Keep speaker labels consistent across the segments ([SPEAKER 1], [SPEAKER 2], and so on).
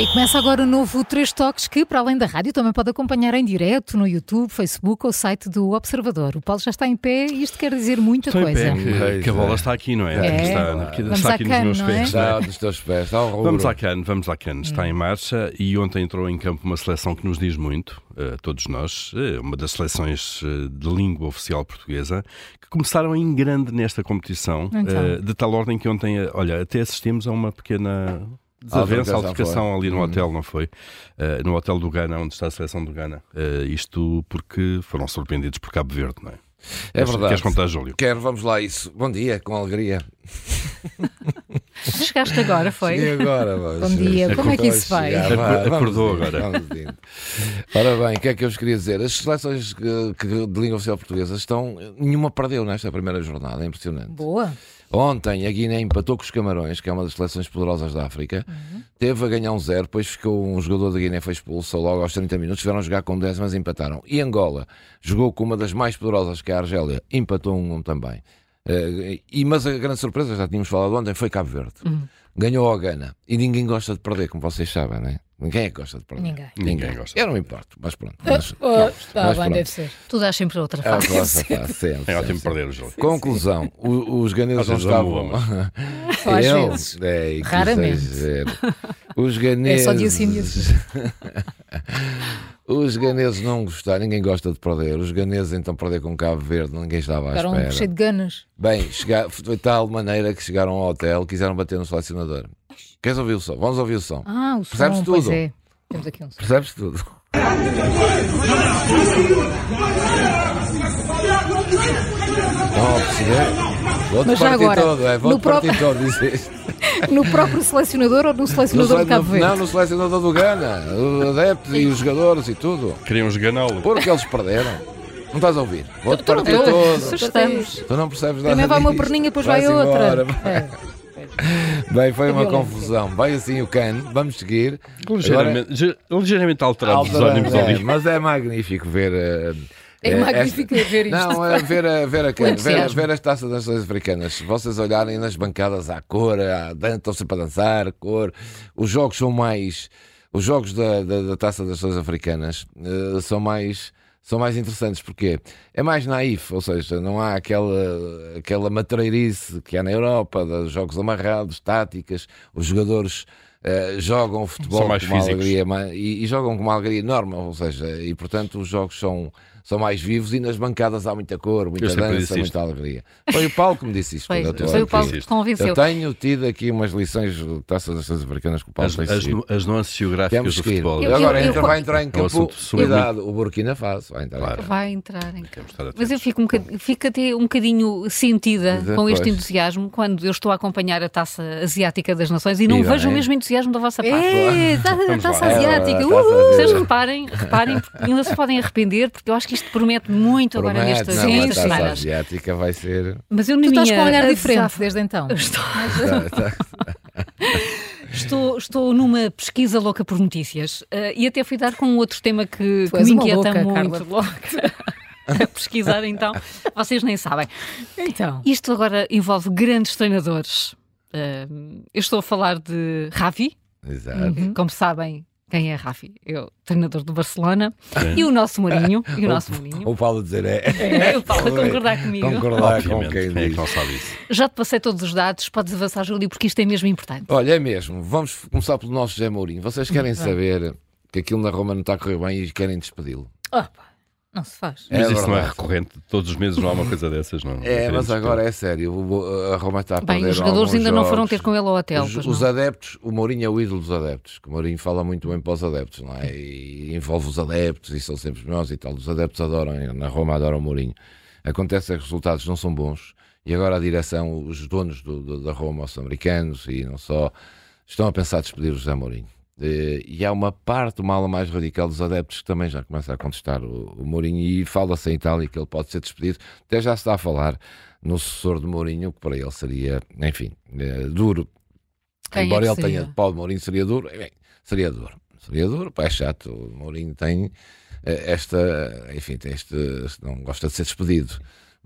[SPEAKER 1] E começa agora o novo Três Toques, que para além da rádio também pode acompanhar em direto no YouTube, Facebook ou site do Observador. O Paulo já está em pé e isto quer dizer muita
[SPEAKER 2] Estou em
[SPEAKER 1] coisa.
[SPEAKER 2] pé, que,
[SPEAKER 3] Pois
[SPEAKER 2] que a bola
[SPEAKER 3] é.
[SPEAKER 2] está aqui, não é?
[SPEAKER 1] É.
[SPEAKER 2] Está, na-
[SPEAKER 3] Vamos
[SPEAKER 2] está
[SPEAKER 1] à
[SPEAKER 2] aqui nos
[SPEAKER 1] cana,
[SPEAKER 2] meus
[SPEAKER 1] não é? Hum.
[SPEAKER 2] pés.
[SPEAKER 3] Está dos teus pés, está ao rubro. É
[SPEAKER 2] Vamos à CAN, vamos à CAN. Está em marcha e ontem entrou em campo uma seleção que nos diz muito, a todos nós, eh, uma das seleções eh, de língua oficial portuguesa, que começaram em grande nesta competição,
[SPEAKER 1] Então.
[SPEAKER 2] eh, de tal ordem que ontem, eh, olha, até assistimos a uma pequena desavença,
[SPEAKER 3] Altercação,
[SPEAKER 2] altercação ali no hotel, não foi? Eh, no hotel do Ghana, onde está a seleção do Ghana. Eh, isto porque foram surpreendidos por Cabo Verde, não é?
[SPEAKER 3] É
[SPEAKER 2] Queres- Queres
[SPEAKER 3] verdade.
[SPEAKER 2] contar, Júlio?
[SPEAKER 3] Quero, vamos lá a isso. Bom dia, com alegria.
[SPEAKER 1] Chegaste agora, foi?
[SPEAKER 3] E agora, vocês?
[SPEAKER 1] Bom dia, como é que isso
[SPEAKER 3] Acordou a
[SPEAKER 1] vai?
[SPEAKER 3] chegar, vá,
[SPEAKER 2] Acor-
[SPEAKER 3] vamos
[SPEAKER 2] acordou
[SPEAKER 3] indo,
[SPEAKER 2] agora.
[SPEAKER 3] vamos indo. Ora bem, o que é que eu vos queria dizer? As seleções que- que- de língua oficial portuguesa estão. Nenhuma perdeu nesta primeira jornada, é impressionante.
[SPEAKER 1] Boa.
[SPEAKER 3] Ontem a Guiné empatou com os Camarões, que é uma das seleções poderosas da África. Teve a ganhar um zero, depois ficou um jogador da Guiné foi expulso logo aos 30 minutos. Tiveram a jogar com 10, mas empataram. E Angola jogou com uma das mais poderosas, que é a Argélia, empatou um, um também. Eh, e, mas a grande surpresa, já tínhamos falado ontem, foi Cabo Verde. Ganhou ao Gana. E ninguém gosta de perder, como vocês sabem, não é? Ninguém é que gosta de perder.
[SPEAKER 1] Ninguém.
[SPEAKER 2] Ninguém gosta.
[SPEAKER 3] Eu não me importo, mas pronto. Mas,
[SPEAKER 4] Oh, tá
[SPEAKER 3] Mas
[SPEAKER 4] bem,
[SPEAKER 3] pronto.
[SPEAKER 4] deve ser.
[SPEAKER 1] Tu dás sempre outra
[SPEAKER 3] é o
[SPEAKER 1] face.
[SPEAKER 3] que lá se faz, sempre,
[SPEAKER 2] É ótimo
[SPEAKER 3] sempre.
[SPEAKER 2] perder, Júlio.
[SPEAKER 3] Conclusão: o- os ganeses
[SPEAKER 2] Às
[SPEAKER 3] não
[SPEAKER 2] vezes dá-me
[SPEAKER 3] estavam.
[SPEAKER 4] Às
[SPEAKER 3] Eu?
[SPEAKER 4] vezes.
[SPEAKER 3] É, que
[SPEAKER 1] Raramente.
[SPEAKER 3] exagero. Os ganeses.
[SPEAKER 1] É só dia sim, dia
[SPEAKER 3] Os ganeses não gostaram, ninguém gosta de perder. Os ganeses então perder com Cabo Verde, ninguém estava à
[SPEAKER 1] Era um cheio
[SPEAKER 3] espera.
[SPEAKER 1] de ganas.
[SPEAKER 3] Bem, chega- foi de tal maneira que chegaram ao hotel, quiseram bater no selecionador. Queres ouvir o som? Vamos ouvir o som.
[SPEAKER 1] Ah, o som,
[SPEAKER 3] Percebes
[SPEAKER 1] pois
[SPEAKER 3] tudo?
[SPEAKER 1] é. Temos aqui um som.
[SPEAKER 3] Percebes tudo? Não, perceber? Vou-te
[SPEAKER 1] Mas já
[SPEAKER 3] partir
[SPEAKER 1] agora,
[SPEAKER 3] todo, é, vou-te
[SPEAKER 1] no próprio-
[SPEAKER 3] partir todo, diz isto.
[SPEAKER 1] No próprio selecionador ou no
[SPEAKER 3] No
[SPEAKER 1] selecionador
[SPEAKER 3] sele-
[SPEAKER 1] de Cabo
[SPEAKER 3] no-
[SPEAKER 1] Verde?
[SPEAKER 3] Não, no selecionador do Gana, os adeptos e os jogadores e tudo.
[SPEAKER 2] Queriam esganá-lo.
[SPEAKER 3] Porque eles perderam. Não estás a ouvir? Vou-te
[SPEAKER 1] Doutor,
[SPEAKER 3] partir
[SPEAKER 1] doutor,
[SPEAKER 3] todo.
[SPEAKER 1] Então, Assustamos.
[SPEAKER 3] Tu não percebes nada.
[SPEAKER 1] Primeiro vai uma
[SPEAKER 3] disto.
[SPEAKER 1] perninha, depois vai
[SPEAKER 3] Vai-se
[SPEAKER 1] outra.
[SPEAKER 3] embora.
[SPEAKER 1] É.
[SPEAKER 3] Bem, foi uma
[SPEAKER 1] violência.
[SPEAKER 3] confusão. Vai assim o cano, vamos seguir.
[SPEAKER 2] Ligeiramente, ge- ligeiramente alterados os
[SPEAKER 3] Alterando,
[SPEAKER 2] ânimos
[SPEAKER 3] é,
[SPEAKER 2] ali.
[SPEAKER 3] mas é magnífico ver. eh,
[SPEAKER 1] É
[SPEAKER 3] eh,
[SPEAKER 1] magnífico ver isto.
[SPEAKER 3] Não, é ver, a, ver, a, ver, ver,
[SPEAKER 1] entusiasmo.
[SPEAKER 3] ver as taças das nações africanas. Se vocês olharem nas bancadas à cor, à, dan- estão sempre a dançar, cor. Os jogos são mais. Os jogos da, da, da taça das nações africanas eh, são mais. São mais interessantes porque é mais naif, ou seja, não há aquela, aquela matreirice que há na Europa, dos jogos amarrados, táticas, os jogadores eh, jogam o futebol
[SPEAKER 2] São mais
[SPEAKER 3] com É uma
[SPEAKER 2] físicos.
[SPEAKER 3] alegria ma- e, e jogam com uma alegria enorme, ou seja, e portanto os jogos são, são mais vivos e nas bancadas há muita cor,
[SPEAKER 2] Eu
[SPEAKER 3] muita
[SPEAKER 2] sempre
[SPEAKER 3] dança,
[SPEAKER 2] disse isto.
[SPEAKER 3] muita alegria. Foi o Paulo que me disse isto.
[SPEAKER 1] Foi,
[SPEAKER 3] quando eu estou
[SPEAKER 1] foi o
[SPEAKER 3] aqui.
[SPEAKER 1] Paulo que te
[SPEAKER 3] Eu
[SPEAKER 1] convenceu.
[SPEAKER 3] tenho tido aqui umas lições de taças das Nações africanas que o Paulo
[SPEAKER 2] As,
[SPEAKER 3] tem
[SPEAKER 2] as,
[SPEAKER 3] seguido.
[SPEAKER 2] nu- as nuances geográficas
[SPEAKER 3] Temos
[SPEAKER 2] do
[SPEAKER 3] que ir.
[SPEAKER 2] futebol.
[SPEAKER 1] Eu-
[SPEAKER 3] Agora
[SPEAKER 1] eu-
[SPEAKER 3] entra,
[SPEAKER 1] eu-
[SPEAKER 3] vai entrar em
[SPEAKER 2] É um
[SPEAKER 3] campo.
[SPEAKER 2] assunto super
[SPEAKER 3] Cuidado, o Burkina Faso vai entrar em
[SPEAKER 2] Claro.
[SPEAKER 3] campo.
[SPEAKER 1] Vai entrar em campo.
[SPEAKER 2] estar atentos.
[SPEAKER 1] Mas eu fico, um bocad- fico até um bocadinho sentida
[SPEAKER 3] Pois é,
[SPEAKER 4] Com este
[SPEAKER 3] pois.
[SPEAKER 4] entusiasmo, quando eu estou a acompanhar a taça asiática das nações e não
[SPEAKER 3] E
[SPEAKER 4] vejo o
[SPEAKER 3] bem.
[SPEAKER 4] mesmo entusiasmo da vossa parte.
[SPEAKER 1] É, tá-
[SPEAKER 2] Vamos lá.
[SPEAKER 1] taça
[SPEAKER 2] É,
[SPEAKER 1] asiática.
[SPEAKER 3] taça
[SPEAKER 1] uhul.
[SPEAKER 3] asiática.
[SPEAKER 4] Vocês reparem, reparem, porque ainda se podem arrepender, porque eu acho que isto promete muito agora
[SPEAKER 3] Promete,
[SPEAKER 4] nestas,
[SPEAKER 3] não, a
[SPEAKER 4] nestas
[SPEAKER 3] taça
[SPEAKER 4] semanas.
[SPEAKER 3] asiática vai ser.
[SPEAKER 4] Mas eu na
[SPEAKER 1] Tu estás
[SPEAKER 4] minha
[SPEAKER 1] com um olhar
[SPEAKER 4] a-
[SPEAKER 1] diferente desde então.
[SPEAKER 4] Estou, estou numa pesquisa louca por notícias eh, e até fui dar com um outro tema que, que
[SPEAKER 1] és
[SPEAKER 4] me
[SPEAKER 1] uma
[SPEAKER 4] inquieta
[SPEAKER 1] louca, Carla.
[SPEAKER 4] muito. Louca. a pesquisar então, vocês nem sabem.
[SPEAKER 1] Então.
[SPEAKER 4] Isto agora envolve grandes treinadores. Eh, eu estou a falar de Ravi,
[SPEAKER 3] Exato.
[SPEAKER 4] que, como sabem, quem é Ravi? Eu, treinador do Barcelona, e o nosso Mourinho, e o nosso Mourinho.
[SPEAKER 3] O Paulo dizer é.
[SPEAKER 4] É, o Paulo, a concordar comigo.
[SPEAKER 3] Concordar com
[SPEAKER 2] Obviamente,
[SPEAKER 3] quem
[SPEAKER 2] quem é que
[SPEAKER 3] diz.
[SPEAKER 2] não sabe isso?
[SPEAKER 4] Já te passei todos os dados, podes avançar, Júlio, porque isto é mesmo importante.
[SPEAKER 3] Olha, é mesmo. Vamos começar pelo nosso José Mourinho. Vocês querem saber que aquilo na Roma não está a correr bem e querem despedi-lo?
[SPEAKER 1] Não se faz.
[SPEAKER 3] É
[SPEAKER 2] Mas isso não é
[SPEAKER 3] verdade.
[SPEAKER 2] recorrente. Todos os meses não há uma coisa dessas, não.
[SPEAKER 3] É, mas agora é sério. o- A Roma está a perder
[SPEAKER 4] Bem, os jogadores
[SPEAKER 3] alguns
[SPEAKER 4] ainda não foram
[SPEAKER 3] jogos.
[SPEAKER 4] ter com ele ao hotel.
[SPEAKER 3] Os,
[SPEAKER 4] pois
[SPEAKER 3] os
[SPEAKER 4] não.
[SPEAKER 3] adeptos, o Mourinho é o ídolo dos adeptos, que o Mourinho fala muito bem para os adeptos, não é? E envolve os adeptos e são sempre nós e tal. Os adeptos adoram, na Roma adoram o Mourinho. Acontece que os resultados não são bons e agora a direção, os donos do- do- da Roma, os americanos e não só, estão a pensar em despedir o José Mourinho. Eh, E há uma parte, uma ala mais radical dos adeptos que também já começa a contestar o, o Mourinho e fala-se em Itália que ele pode ser despedido. Até já se está a falar no sucessor de Mourinho, que para ele seria, enfim, eh, duro.
[SPEAKER 4] Quem é
[SPEAKER 3] Embora
[SPEAKER 4] que
[SPEAKER 3] ele tenha,
[SPEAKER 4] seria?
[SPEAKER 3] Paulo Mourinho seria duro, eh, bem, seria duro. Seria duro, pá, é chato. O Mourinho tem eh, esta, enfim, tem este, não gosta de ser despedido.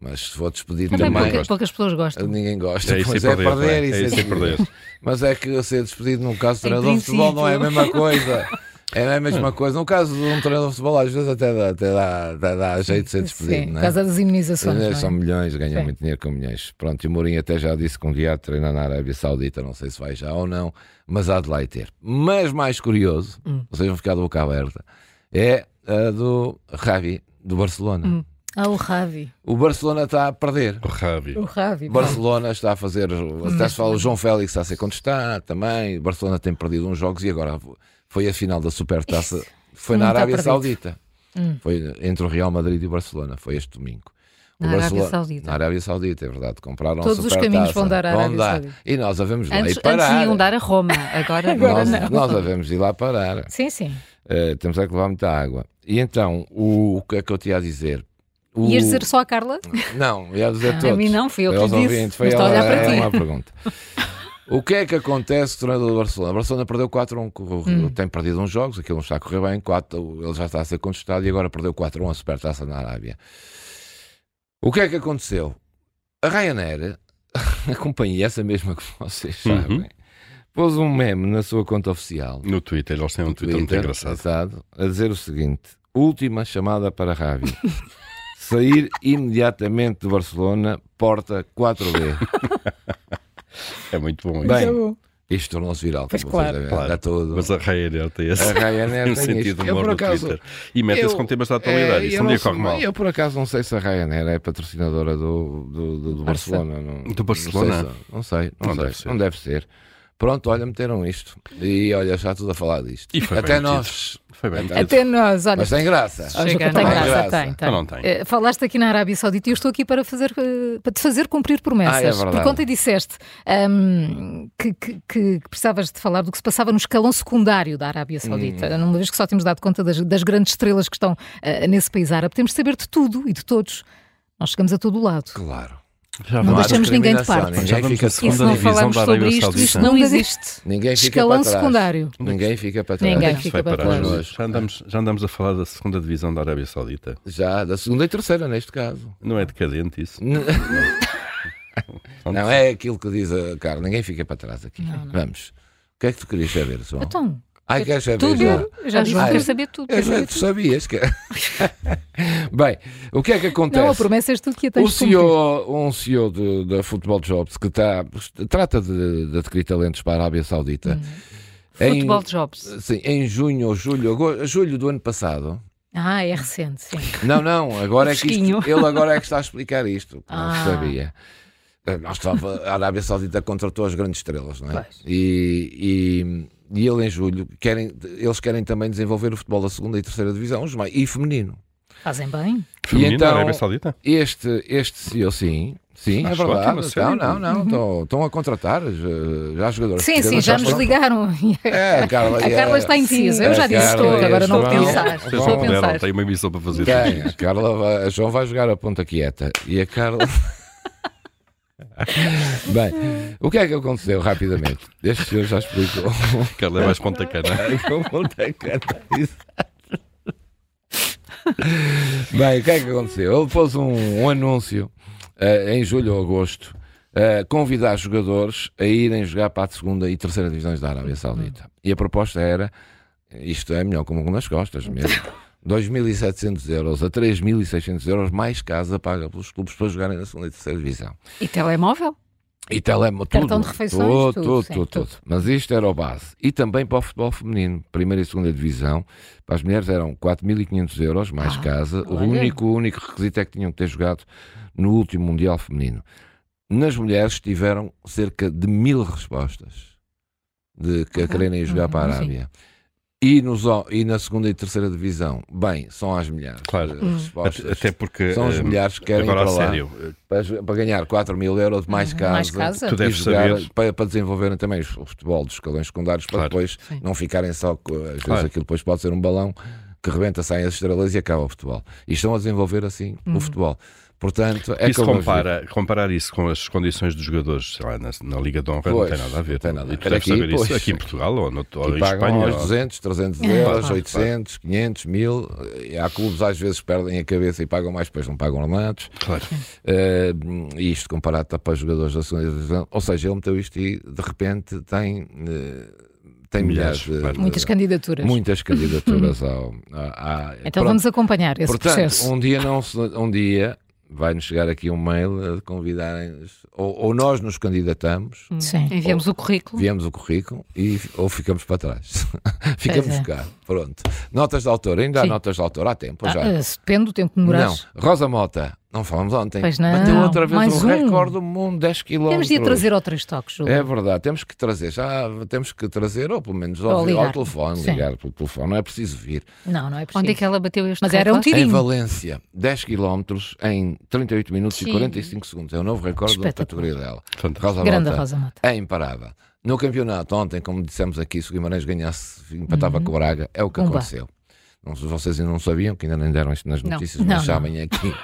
[SPEAKER 3] Mas se for despedido
[SPEAKER 4] Também
[SPEAKER 3] também,
[SPEAKER 4] pouca- poucas pessoas gostam.
[SPEAKER 3] ninguém gosta.
[SPEAKER 2] É isso
[SPEAKER 3] pois
[SPEAKER 2] e
[SPEAKER 3] é,
[SPEAKER 2] perder, não é?
[SPEAKER 3] perder,
[SPEAKER 2] É
[SPEAKER 3] isso é
[SPEAKER 2] isso e
[SPEAKER 3] despedido.
[SPEAKER 2] perder.
[SPEAKER 3] Mas é que ser despedido num caso de
[SPEAKER 4] Em
[SPEAKER 3] treinador de futebol não é a
[SPEAKER 4] princípio.
[SPEAKER 3] mesma coisa. É a mesma coisa. No caso de um treinador de futebol, às vezes até dá, até dá, até dá jeito de ser despedido,
[SPEAKER 4] Sim,
[SPEAKER 3] não
[SPEAKER 4] por
[SPEAKER 3] é?
[SPEAKER 4] causa das imunizações. não é?
[SPEAKER 3] São milhões, ganham
[SPEAKER 4] Sim.
[SPEAKER 3] muito dinheiro com milhões. Pronto, e o Mourinho até já disse que um dia há de treinar na Arábia Saudita, não sei se vai já ou não, mas há de lá ir ter. Mas mais curioso,
[SPEAKER 4] Hum.
[SPEAKER 3] vocês vão ficar de boca aberta, é a do Ravi, do Barcelona.
[SPEAKER 4] Ah, o Ravi.
[SPEAKER 3] O Barcelona está a perder.
[SPEAKER 2] O Ravi.
[SPEAKER 4] O Ravi.
[SPEAKER 3] Barcelona está a fazer.
[SPEAKER 4] Hum.
[SPEAKER 3] Até se fala, o João Félix está a ser contestado também. O Barcelona tem perdido uns jogos e agora foi a final da Supertaça. Foi
[SPEAKER 4] Não
[SPEAKER 3] na
[SPEAKER 4] está
[SPEAKER 3] Arábia
[SPEAKER 4] perdido. Hum.
[SPEAKER 3] Saudita. Foi entre o Real Madrid e o Barcelona. Foi este domingo. O
[SPEAKER 4] Na Arábia
[SPEAKER 3] Barcelona-
[SPEAKER 4] Saudita.
[SPEAKER 3] Na Arábia Saudita, é verdade. Compraram a
[SPEAKER 4] Todos os
[SPEAKER 3] Supertaça.
[SPEAKER 4] caminhos vão dar à
[SPEAKER 3] Vão
[SPEAKER 4] Arábia
[SPEAKER 3] dar.
[SPEAKER 4] Saudita.
[SPEAKER 3] E nós havemos lá
[SPEAKER 4] Antes,
[SPEAKER 3] ir
[SPEAKER 4] antes
[SPEAKER 3] parar.
[SPEAKER 4] iam dar a Roma, agora, agora
[SPEAKER 3] nós,
[SPEAKER 4] não.
[SPEAKER 3] nós havemos ir lá parar.
[SPEAKER 4] Sim, sim.
[SPEAKER 3] Eh, temos é que levar muita água. E então, o, o que é que eu te ia a dizer? O-
[SPEAKER 4] Ias dizer só a Carla?
[SPEAKER 3] Não, ia dizer todos.
[SPEAKER 4] A mim não, fui eu que
[SPEAKER 3] Foi aos
[SPEAKER 4] lhe disse.
[SPEAKER 3] ouvintes, foi
[SPEAKER 4] mas estou a olhar
[SPEAKER 3] ela-
[SPEAKER 4] para
[SPEAKER 3] é
[SPEAKER 4] ti.
[SPEAKER 3] uma pergunta. O que é que acontece com o treinador do Barcelona? O Barcelona perdeu 4-1, com o-
[SPEAKER 4] Hum.
[SPEAKER 3] tem perdido uns jogos, aquilo não está a correr bem, 4, ele já está a ser contestado e agora perdeu 4-1 a supertaça na Arábia. O que é que aconteceu? A Ryanair, a companhia, é essa mesma que vocês sabem, pôs um meme na sua conta oficial
[SPEAKER 2] No Twitter, eles têm um Twitter, muito
[SPEAKER 3] Twitter,
[SPEAKER 2] engraçado.
[SPEAKER 3] engraçado, a dizer o seguinte: última chamada para Ravi. Sair imediatamente de Barcelona, porta 4B.
[SPEAKER 2] É muito bom isso.
[SPEAKER 3] Bem, isto tornou-se viral.
[SPEAKER 4] Pois
[SPEAKER 3] como
[SPEAKER 4] claro.
[SPEAKER 3] vocês devem-
[SPEAKER 2] Claro.
[SPEAKER 3] dá tudo.
[SPEAKER 2] Mas a Ryanair tem esse
[SPEAKER 3] A Ryanair
[SPEAKER 2] tem um
[SPEAKER 3] tem
[SPEAKER 2] sentido
[SPEAKER 3] isto.
[SPEAKER 2] de
[SPEAKER 3] Eu,
[SPEAKER 2] humor
[SPEAKER 3] por
[SPEAKER 2] no
[SPEAKER 3] acaso,
[SPEAKER 2] Twitter. E mete-se com temas da atualidade.
[SPEAKER 3] É,
[SPEAKER 2] Isso
[SPEAKER 3] eu
[SPEAKER 2] um
[SPEAKER 3] não
[SPEAKER 2] dia
[SPEAKER 3] sei-
[SPEAKER 2] corre mal.
[SPEAKER 3] Eu por acaso não sei se a Ryanair é patrocinadora do, do, do- do Barcelona. Não,
[SPEAKER 2] Ah, Do Barcelona?
[SPEAKER 3] Não sei, se- não sei. Não,
[SPEAKER 2] Não
[SPEAKER 3] sei,
[SPEAKER 2] deve ser.
[SPEAKER 3] não deve ser. Pronto, olha, meteram isto. E olha, já tudo a falar disto.
[SPEAKER 2] E foi bem Ah.
[SPEAKER 3] Até
[SPEAKER 2] metido.
[SPEAKER 3] nós.
[SPEAKER 2] Foi bem.
[SPEAKER 3] Até-
[SPEAKER 4] Até nós, olha.
[SPEAKER 3] é- Mas tem graça.
[SPEAKER 4] Olha,
[SPEAKER 1] Chega,
[SPEAKER 4] tem
[SPEAKER 1] não
[SPEAKER 3] tem
[SPEAKER 4] graça,
[SPEAKER 3] graça.
[SPEAKER 4] tem, tem.
[SPEAKER 2] Não, não tem.
[SPEAKER 4] Eh, Falaste aqui na Arábia Saudita e eu estou aqui para, fazer, eh, para te fazer cumprir promessas.
[SPEAKER 3] Ah, é verdade.
[SPEAKER 4] Porque ontem disseste ahm, que, que- que precisavas de falar do que se passava no escalão secundário da Arábia Saudita.
[SPEAKER 3] Hum.
[SPEAKER 4] Uma vez que só temos dado conta das, das grandes estrelas que estão eh, nesse país árabe, temos de saber de tudo e de todos. Nós chegamos a todo lado.
[SPEAKER 3] Claro.
[SPEAKER 2] Já
[SPEAKER 4] Não
[SPEAKER 3] há
[SPEAKER 4] deixamos ninguém de
[SPEAKER 3] discriminação,
[SPEAKER 4] parte.
[SPEAKER 2] Já vamos
[SPEAKER 3] Ninguém fica,
[SPEAKER 2] na
[SPEAKER 4] E se
[SPEAKER 2] Segunda
[SPEAKER 4] não
[SPEAKER 2] divisão
[SPEAKER 4] falarmos
[SPEAKER 2] da
[SPEAKER 4] sobre
[SPEAKER 2] Arábia
[SPEAKER 4] isto, isto
[SPEAKER 2] Saudita.
[SPEAKER 4] não existe.
[SPEAKER 3] ninguém fica
[SPEAKER 4] Escalão
[SPEAKER 3] para trás.
[SPEAKER 4] secundário.
[SPEAKER 3] Ninguém fica para trás.
[SPEAKER 4] Ninguém
[SPEAKER 2] Onde é que se
[SPEAKER 4] fica
[SPEAKER 2] vai
[SPEAKER 4] para
[SPEAKER 2] parar?
[SPEAKER 3] trás.
[SPEAKER 2] Já andamos, já andamos a falar da segunda divisão da Arábia Saudita.
[SPEAKER 3] Já, da segunda e terceira, neste caso.
[SPEAKER 2] Não é decadente isso?
[SPEAKER 3] Não é aquilo que diz a Carla. Ninguém fica para trás aqui. Vamos. O que é que tu querias saber, João?
[SPEAKER 4] Então,
[SPEAKER 3] Ai, queres saber?
[SPEAKER 4] tudo.
[SPEAKER 3] já?
[SPEAKER 4] Eu já disse que
[SPEAKER 3] Ah,
[SPEAKER 4] quero saber tudo.
[SPEAKER 3] Eu
[SPEAKER 4] quero
[SPEAKER 3] já
[SPEAKER 4] saber
[SPEAKER 3] tu
[SPEAKER 4] tudo.
[SPEAKER 3] sabias que. Bem, o que é que acontece?
[SPEAKER 4] Não, a promessa és tu que a tens
[SPEAKER 3] O
[SPEAKER 4] de cumprir.
[SPEAKER 3] CEO, um CEO de- da Football Jobs que está, trata de, de adquirir talentos para a Arábia Saudita.
[SPEAKER 4] Hum.
[SPEAKER 3] Em-
[SPEAKER 4] Futebol de Jobs.
[SPEAKER 3] Sim, em junho ou julho, agosto, julho do ano passado.
[SPEAKER 4] Ah, é recente, sim.
[SPEAKER 3] Não, não, agora é que
[SPEAKER 4] Fresquinho.
[SPEAKER 3] isto, ele agora é que está a explicar isto, que não
[SPEAKER 4] Ah.
[SPEAKER 3] se sabia. Eh, Nós estava, a Arábia Saudita contratou as grandes estrelas, não é?
[SPEAKER 4] Pois.
[SPEAKER 3] E, e, e ele em julho, querem, eles querem também desenvolver o futebol da segunda e terceira divisão os mai- e feminino.
[SPEAKER 4] Fazem bem.
[SPEAKER 2] Feminino
[SPEAKER 3] então-
[SPEAKER 2] da Arábia Saudita?
[SPEAKER 3] Este, este CEO, sim, sim, é
[SPEAKER 2] Acho
[SPEAKER 3] verdade.
[SPEAKER 2] ótimo,
[SPEAKER 3] não,
[SPEAKER 2] sério.
[SPEAKER 3] não, não, estão, estão a contratar eh, já, já as jogadoras.
[SPEAKER 4] Uhum. Sim, sim,
[SPEAKER 3] portuguesas
[SPEAKER 4] já nos
[SPEAKER 3] estão-
[SPEAKER 4] ligaram.
[SPEAKER 3] É, a Carla,
[SPEAKER 4] A Carla está indecisa. Eu
[SPEAKER 3] A
[SPEAKER 4] já disse
[SPEAKER 3] Carla
[SPEAKER 4] estou,
[SPEAKER 3] e a
[SPEAKER 4] agora não vou
[SPEAKER 3] João.
[SPEAKER 4] pensar.
[SPEAKER 2] Vocês
[SPEAKER 4] Estou a
[SPEAKER 2] não puderam,
[SPEAKER 4] pensar.
[SPEAKER 2] têm uma missão para fazer.
[SPEAKER 3] Tem, a Carla vai, a João vai jogar a ponta quieta e a Carla. Bem, o que é que aconteceu rapidamente? Este senhor já explicou.
[SPEAKER 2] Carla é mais ponta cana.
[SPEAKER 3] Com ponta quieta, exato. Bem, o que é que aconteceu? Ele pôs um, um anúncio eh, em julho ou agosto eh, convidar jogadores a irem jogar para a segunda e terceira divisões da Arábia Saudita. E a proposta era, isto é melhor como nas costas mesmo, 2.700 euros a 3.600 euros mais casa paga pelos clubes para jogarem na segunda e terceira divisão.
[SPEAKER 4] E telemóvel?
[SPEAKER 3] E telemo, tudo.
[SPEAKER 4] Cartão de refeições,
[SPEAKER 3] tudo,
[SPEAKER 4] tudo,
[SPEAKER 3] tudo,
[SPEAKER 4] sim,
[SPEAKER 3] tudo,
[SPEAKER 4] tudo.
[SPEAKER 3] tudo. Mas isto era o base. E também para o futebol feminino, primeira e segunda divisão, para as mulheres eram 4.500 euros mais
[SPEAKER 4] Ah,
[SPEAKER 3] casa. O
[SPEAKER 4] olha.
[SPEAKER 3] único, o único requisito é que tinham que ter jogado no último Mundial Feminino. Nas mulheres tiveram cerca de mil respostas de que a quererem ir jogar
[SPEAKER 4] uhum,
[SPEAKER 3] para a
[SPEAKER 4] sim.
[SPEAKER 3] Arábia. E, nos, e na segunda e terceira divisão? Bem, são às milhares.
[SPEAKER 2] Claro.
[SPEAKER 3] de respostas.
[SPEAKER 2] Até- Até porque.
[SPEAKER 3] São as
[SPEAKER 2] hum,
[SPEAKER 3] mulheres que querem ir
[SPEAKER 2] Agora,
[SPEAKER 3] para
[SPEAKER 2] a
[SPEAKER 3] lá.
[SPEAKER 2] sério, eh,
[SPEAKER 3] para, jo- para ganhar 4 mil euros de mais casa,
[SPEAKER 4] Uhum. mais casa.
[SPEAKER 2] Tu
[SPEAKER 3] e
[SPEAKER 2] deves
[SPEAKER 3] jogar,
[SPEAKER 2] saber.
[SPEAKER 3] para, para desenvolverem também os- o futebol dos escalões secundários para
[SPEAKER 2] Claro.
[SPEAKER 3] depois
[SPEAKER 4] Sim.
[SPEAKER 3] não ficarem só co- às vezes
[SPEAKER 2] Claro.
[SPEAKER 3] aquilo depois pode ser um balão que rebenta, saem as estrelas e acaba o futebol e estão a desenvolver assim o futebol portanto é
[SPEAKER 2] isso
[SPEAKER 3] como eu
[SPEAKER 2] compara, comparar isso com as condições dos jogadores sei lá, na, na Liga de Honra
[SPEAKER 3] Pois,
[SPEAKER 2] não tem nada a ver.
[SPEAKER 3] não tem nada a
[SPEAKER 2] E tu
[SPEAKER 3] ver.
[SPEAKER 2] deves
[SPEAKER 3] Aqui,
[SPEAKER 2] saber isso
[SPEAKER 3] pois.
[SPEAKER 2] aqui em Portugal ou, no, ou
[SPEAKER 3] digo.
[SPEAKER 2] em
[SPEAKER 3] e pagam
[SPEAKER 2] Espanha.
[SPEAKER 3] aos
[SPEAKER 2] ou-
[SPEAKER 3] 200, 300 euros, 800, 500, 1000. E há clubes às vezes perdem a cabeça e pagam mais, depois não pagam ornados.
[SPEAKER 2] Claro.
[SPEAKER 3] Eh, E isto comparado tá, para os jogadores da segunda divisão. Ou seja, ele meteu isto e de repente tem, eh, tem
[SPEAKER 2] Milhares,
[SPEAKER 3] milhares,
[SPEAKER 2] claro.
[SPEAKER 3] de,
[SPEAKER 4] Muitas candidaturas.
[SPEAKER 3] muitas candidaturas ao. à- à-
[SPEAKER 4] Então
[SPEAKER 3] Pronto.
[SPEAKER 4] vamos acompanhar esse
[SPEAKER 3] Portanto,
[SPEAKER 4] processo.
[SPEAKER 3] um dia não se- um dia vai-nos chegar aqui um mail a convidarem ou, ou nós nos candidatamos,
[SPEAKER 4] Sim.
[SPEAKER 5] Enviamos o currículo.
[SPEAKER 3] viemos o currículo e, ou ficamos para trás. ficamos
[SPEAKER 4] é.
[SPEAKER 3] cá. Pronto. Notas de autor, ainda há
[SPEAKER 4] Sim.
[SPEAKER 3] notas de autor, há tempo
[SPEAKER 4] Ah,
[SPEAKER 3] já.
[SPEAKER 4] eh, se depende do tempo que demorares.
[SPEAKER 3] Não, Rosa Mota, não falamos ontem.
[SPEAKER 4] Pois não.
[SPEAKER 3] Bateu outra vez
[SPEAKER 4] Mais
[SPEAKER 3] o
[SPEAKER 4] um.
[SPEAKER 3] recorde do mundo, 10 km.
[SPEAKER 4] Temos de a trazer ao Três Toques, Júlio.
[SPEAKER 3] É verdade, temos que trazer, já temos que trazer, ou pelo menos
[SPEAKER 4] Ou
[SPEAKER 3] ouvir ao
[SPEAKER 4] ligar.
[SPEAKER 3] telefone,
[SPEAKER 4] Sim.
[SPEAKER 3] ligar pelo telefone, não é preciso vir.
[SPEAKER 4] Não, não é preciso.
[SPEAKER 5] Onde é que ela bateu este
[SPEAKER 4] Mas era um
[SPEAKER 5] recorde?
[SPEAKER 3] Em
[SPEAKER 4] tirinho.
[SPEAKER 3] Valência, 10 km em 38 minutos
[SPEAKER 5] Sim.
[SPEAKER 3] e 45 segundos. É o novo recorde da
[SPEAKER 4] Espetacular.
[SPEAKER 3] categoria dela.
[SPEAKER 2] Fantástico.
[SPEAKER 3] Rosa
[SPEAKER 4] Grande
[SPEAKER 3] Mota
[SPEAKER 4] Rosa Mota.
[SPEAKER 3] é imparável. No campeonato, ontem, como dissemos aqui, se o Guimarães ganhasse,
[SPEAKER 5] Uhum.
[SPEAKER 3] empatava com o Braga, é o que
[SPEAKER 4] Pumba.
[SPEAKER 3] aconteceu. Não, sei se vocês ainda não sabiam, que ainda nem deram isto nas
[SPEAKER 5] Não.
[SPEAKER 3] notícias,
[SPEAKER 4] Não,
[SPEAKER 3] mas
[SPEAKER 4] não.
[SPEAKER 3] sabem aqui.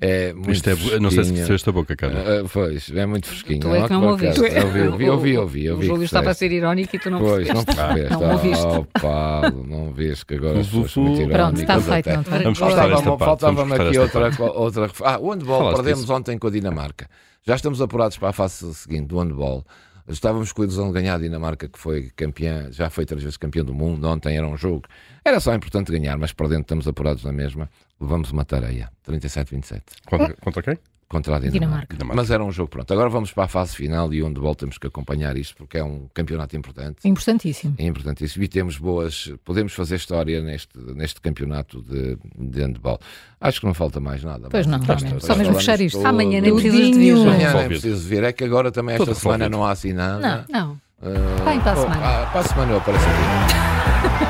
[SPEAKER 3] É muito
[SPEAKER 2] Isto é, bo- não sei se
[SPEAKER 3] fresquinho.
[SPEAKER 2] percebeste a boca, cara.
[SPEAKER 3] Ah, ah, pois, é muito fresquinho.
[SPEAKER 5] Tu é que não
[SPEAKER 3] por acaso.
[SPEAKER 5] ouviste.
[SPEAKER 3] Eu vi, ouvi, ouvi, ouvi.
[SPEAKER 5] O Júlio estava a ser irónico e tu não
[SPEAKER 3] Pois,
[SPEAKER 5] percebeste.
[SPEAKER 3] não percebeste.
[SPEAKER 5] Não ouviste.
[SPEAKER 3] Oh, Paulo, não vês que agora as pessoas
[SPEAKER 2] Pronto,
[SPEAKER 3] mentiram.
[SPEAKER 4] Pronto, está feito. Não te...
[SPEAKER 2] Vamos cortar
[SPEAKER 3] Faltava-me
[SPEAKER 2] esta parte.
[SPEAKER 3] faltava-me
[SPEAKER 2] vamos cortar
[SPEAKER 3] aqui
[SPEAKER 2] esta
[SPEAKER 3] outra,
[SPEAKER 2] parte.
[SPEAKER 3] co- outra. ref- Ah, o handball
[SPEAKER 2] Falaste
[SPEAKER 3] perdemos
[SPEAKER 2] disso.
[SPEAKER 3] ontem com a Dinamarca. Já estamos apurados para a fase seguinte do handball. Estávamos com a ilusão de ganhar a Dinamarca, que foi campeã, já foi três vezes campeão do mundo. Ontem era um jogo. Era só importante ganhar, mas perdendo estamos apurados na mesma. Levamos uma tareia. 37-27
[SPEAKER 2] Contra, contra quem?
[SPEAKER 3] contra a Dinamarca.
[SPEAKER 4] Dinamarca.
[SPEAKER 2] Dinamarca.
[SPEAKER 3] Mas era um jogo pronto. Agora vamos para a fase final e onde voltamos que acompanhar isto, porque é um campeonato importante.
[SPEAKER 4] Importantíssimo.
[SPEAKER 3] É importantíssimo. E temos boas. Podemos fazer história neste, neste campeonato de, de handball. Acho que não falta mais nada. mas
[SPEAKER 4] Pois não,
[SPEAKER 3] depois
[SPEAKER 4] realmente.
[SPEAKER 3] podemos
[SPEAKER 4] Só mesmo
[SPEAKER 3] falar
[SPEAKER 4] fechar
[SPEAKER 3] nisto
[SPEAKER 4] isto.
[SPEAKER 3] tudo.
[SPEAKER 5] Amanhã nem precisas de vir.
[SPEAKER 4] Tudinho.
[SPEAKER 5] Júlio.
[SPEAKER 3] Amanhã nem
[SPEAKER 2] Resolvido.
[SPEAKER 3] preciso vir. É que agora também esta
[SPEAKER 2] Tudo
[SPEAKER 3] semana
[SPEAKER 2] resolvido.
[SPEAKER 3] não há assim nada.
[SPEAKER 5] Não.
[SPEAKER 3] Ah,
[SPEAKER 4] Vem para a
[SPEAKER 3] bom,
[SPEAKER 4] semana.
[SPEAKER 3] ah, para a semana eu apareço aqui.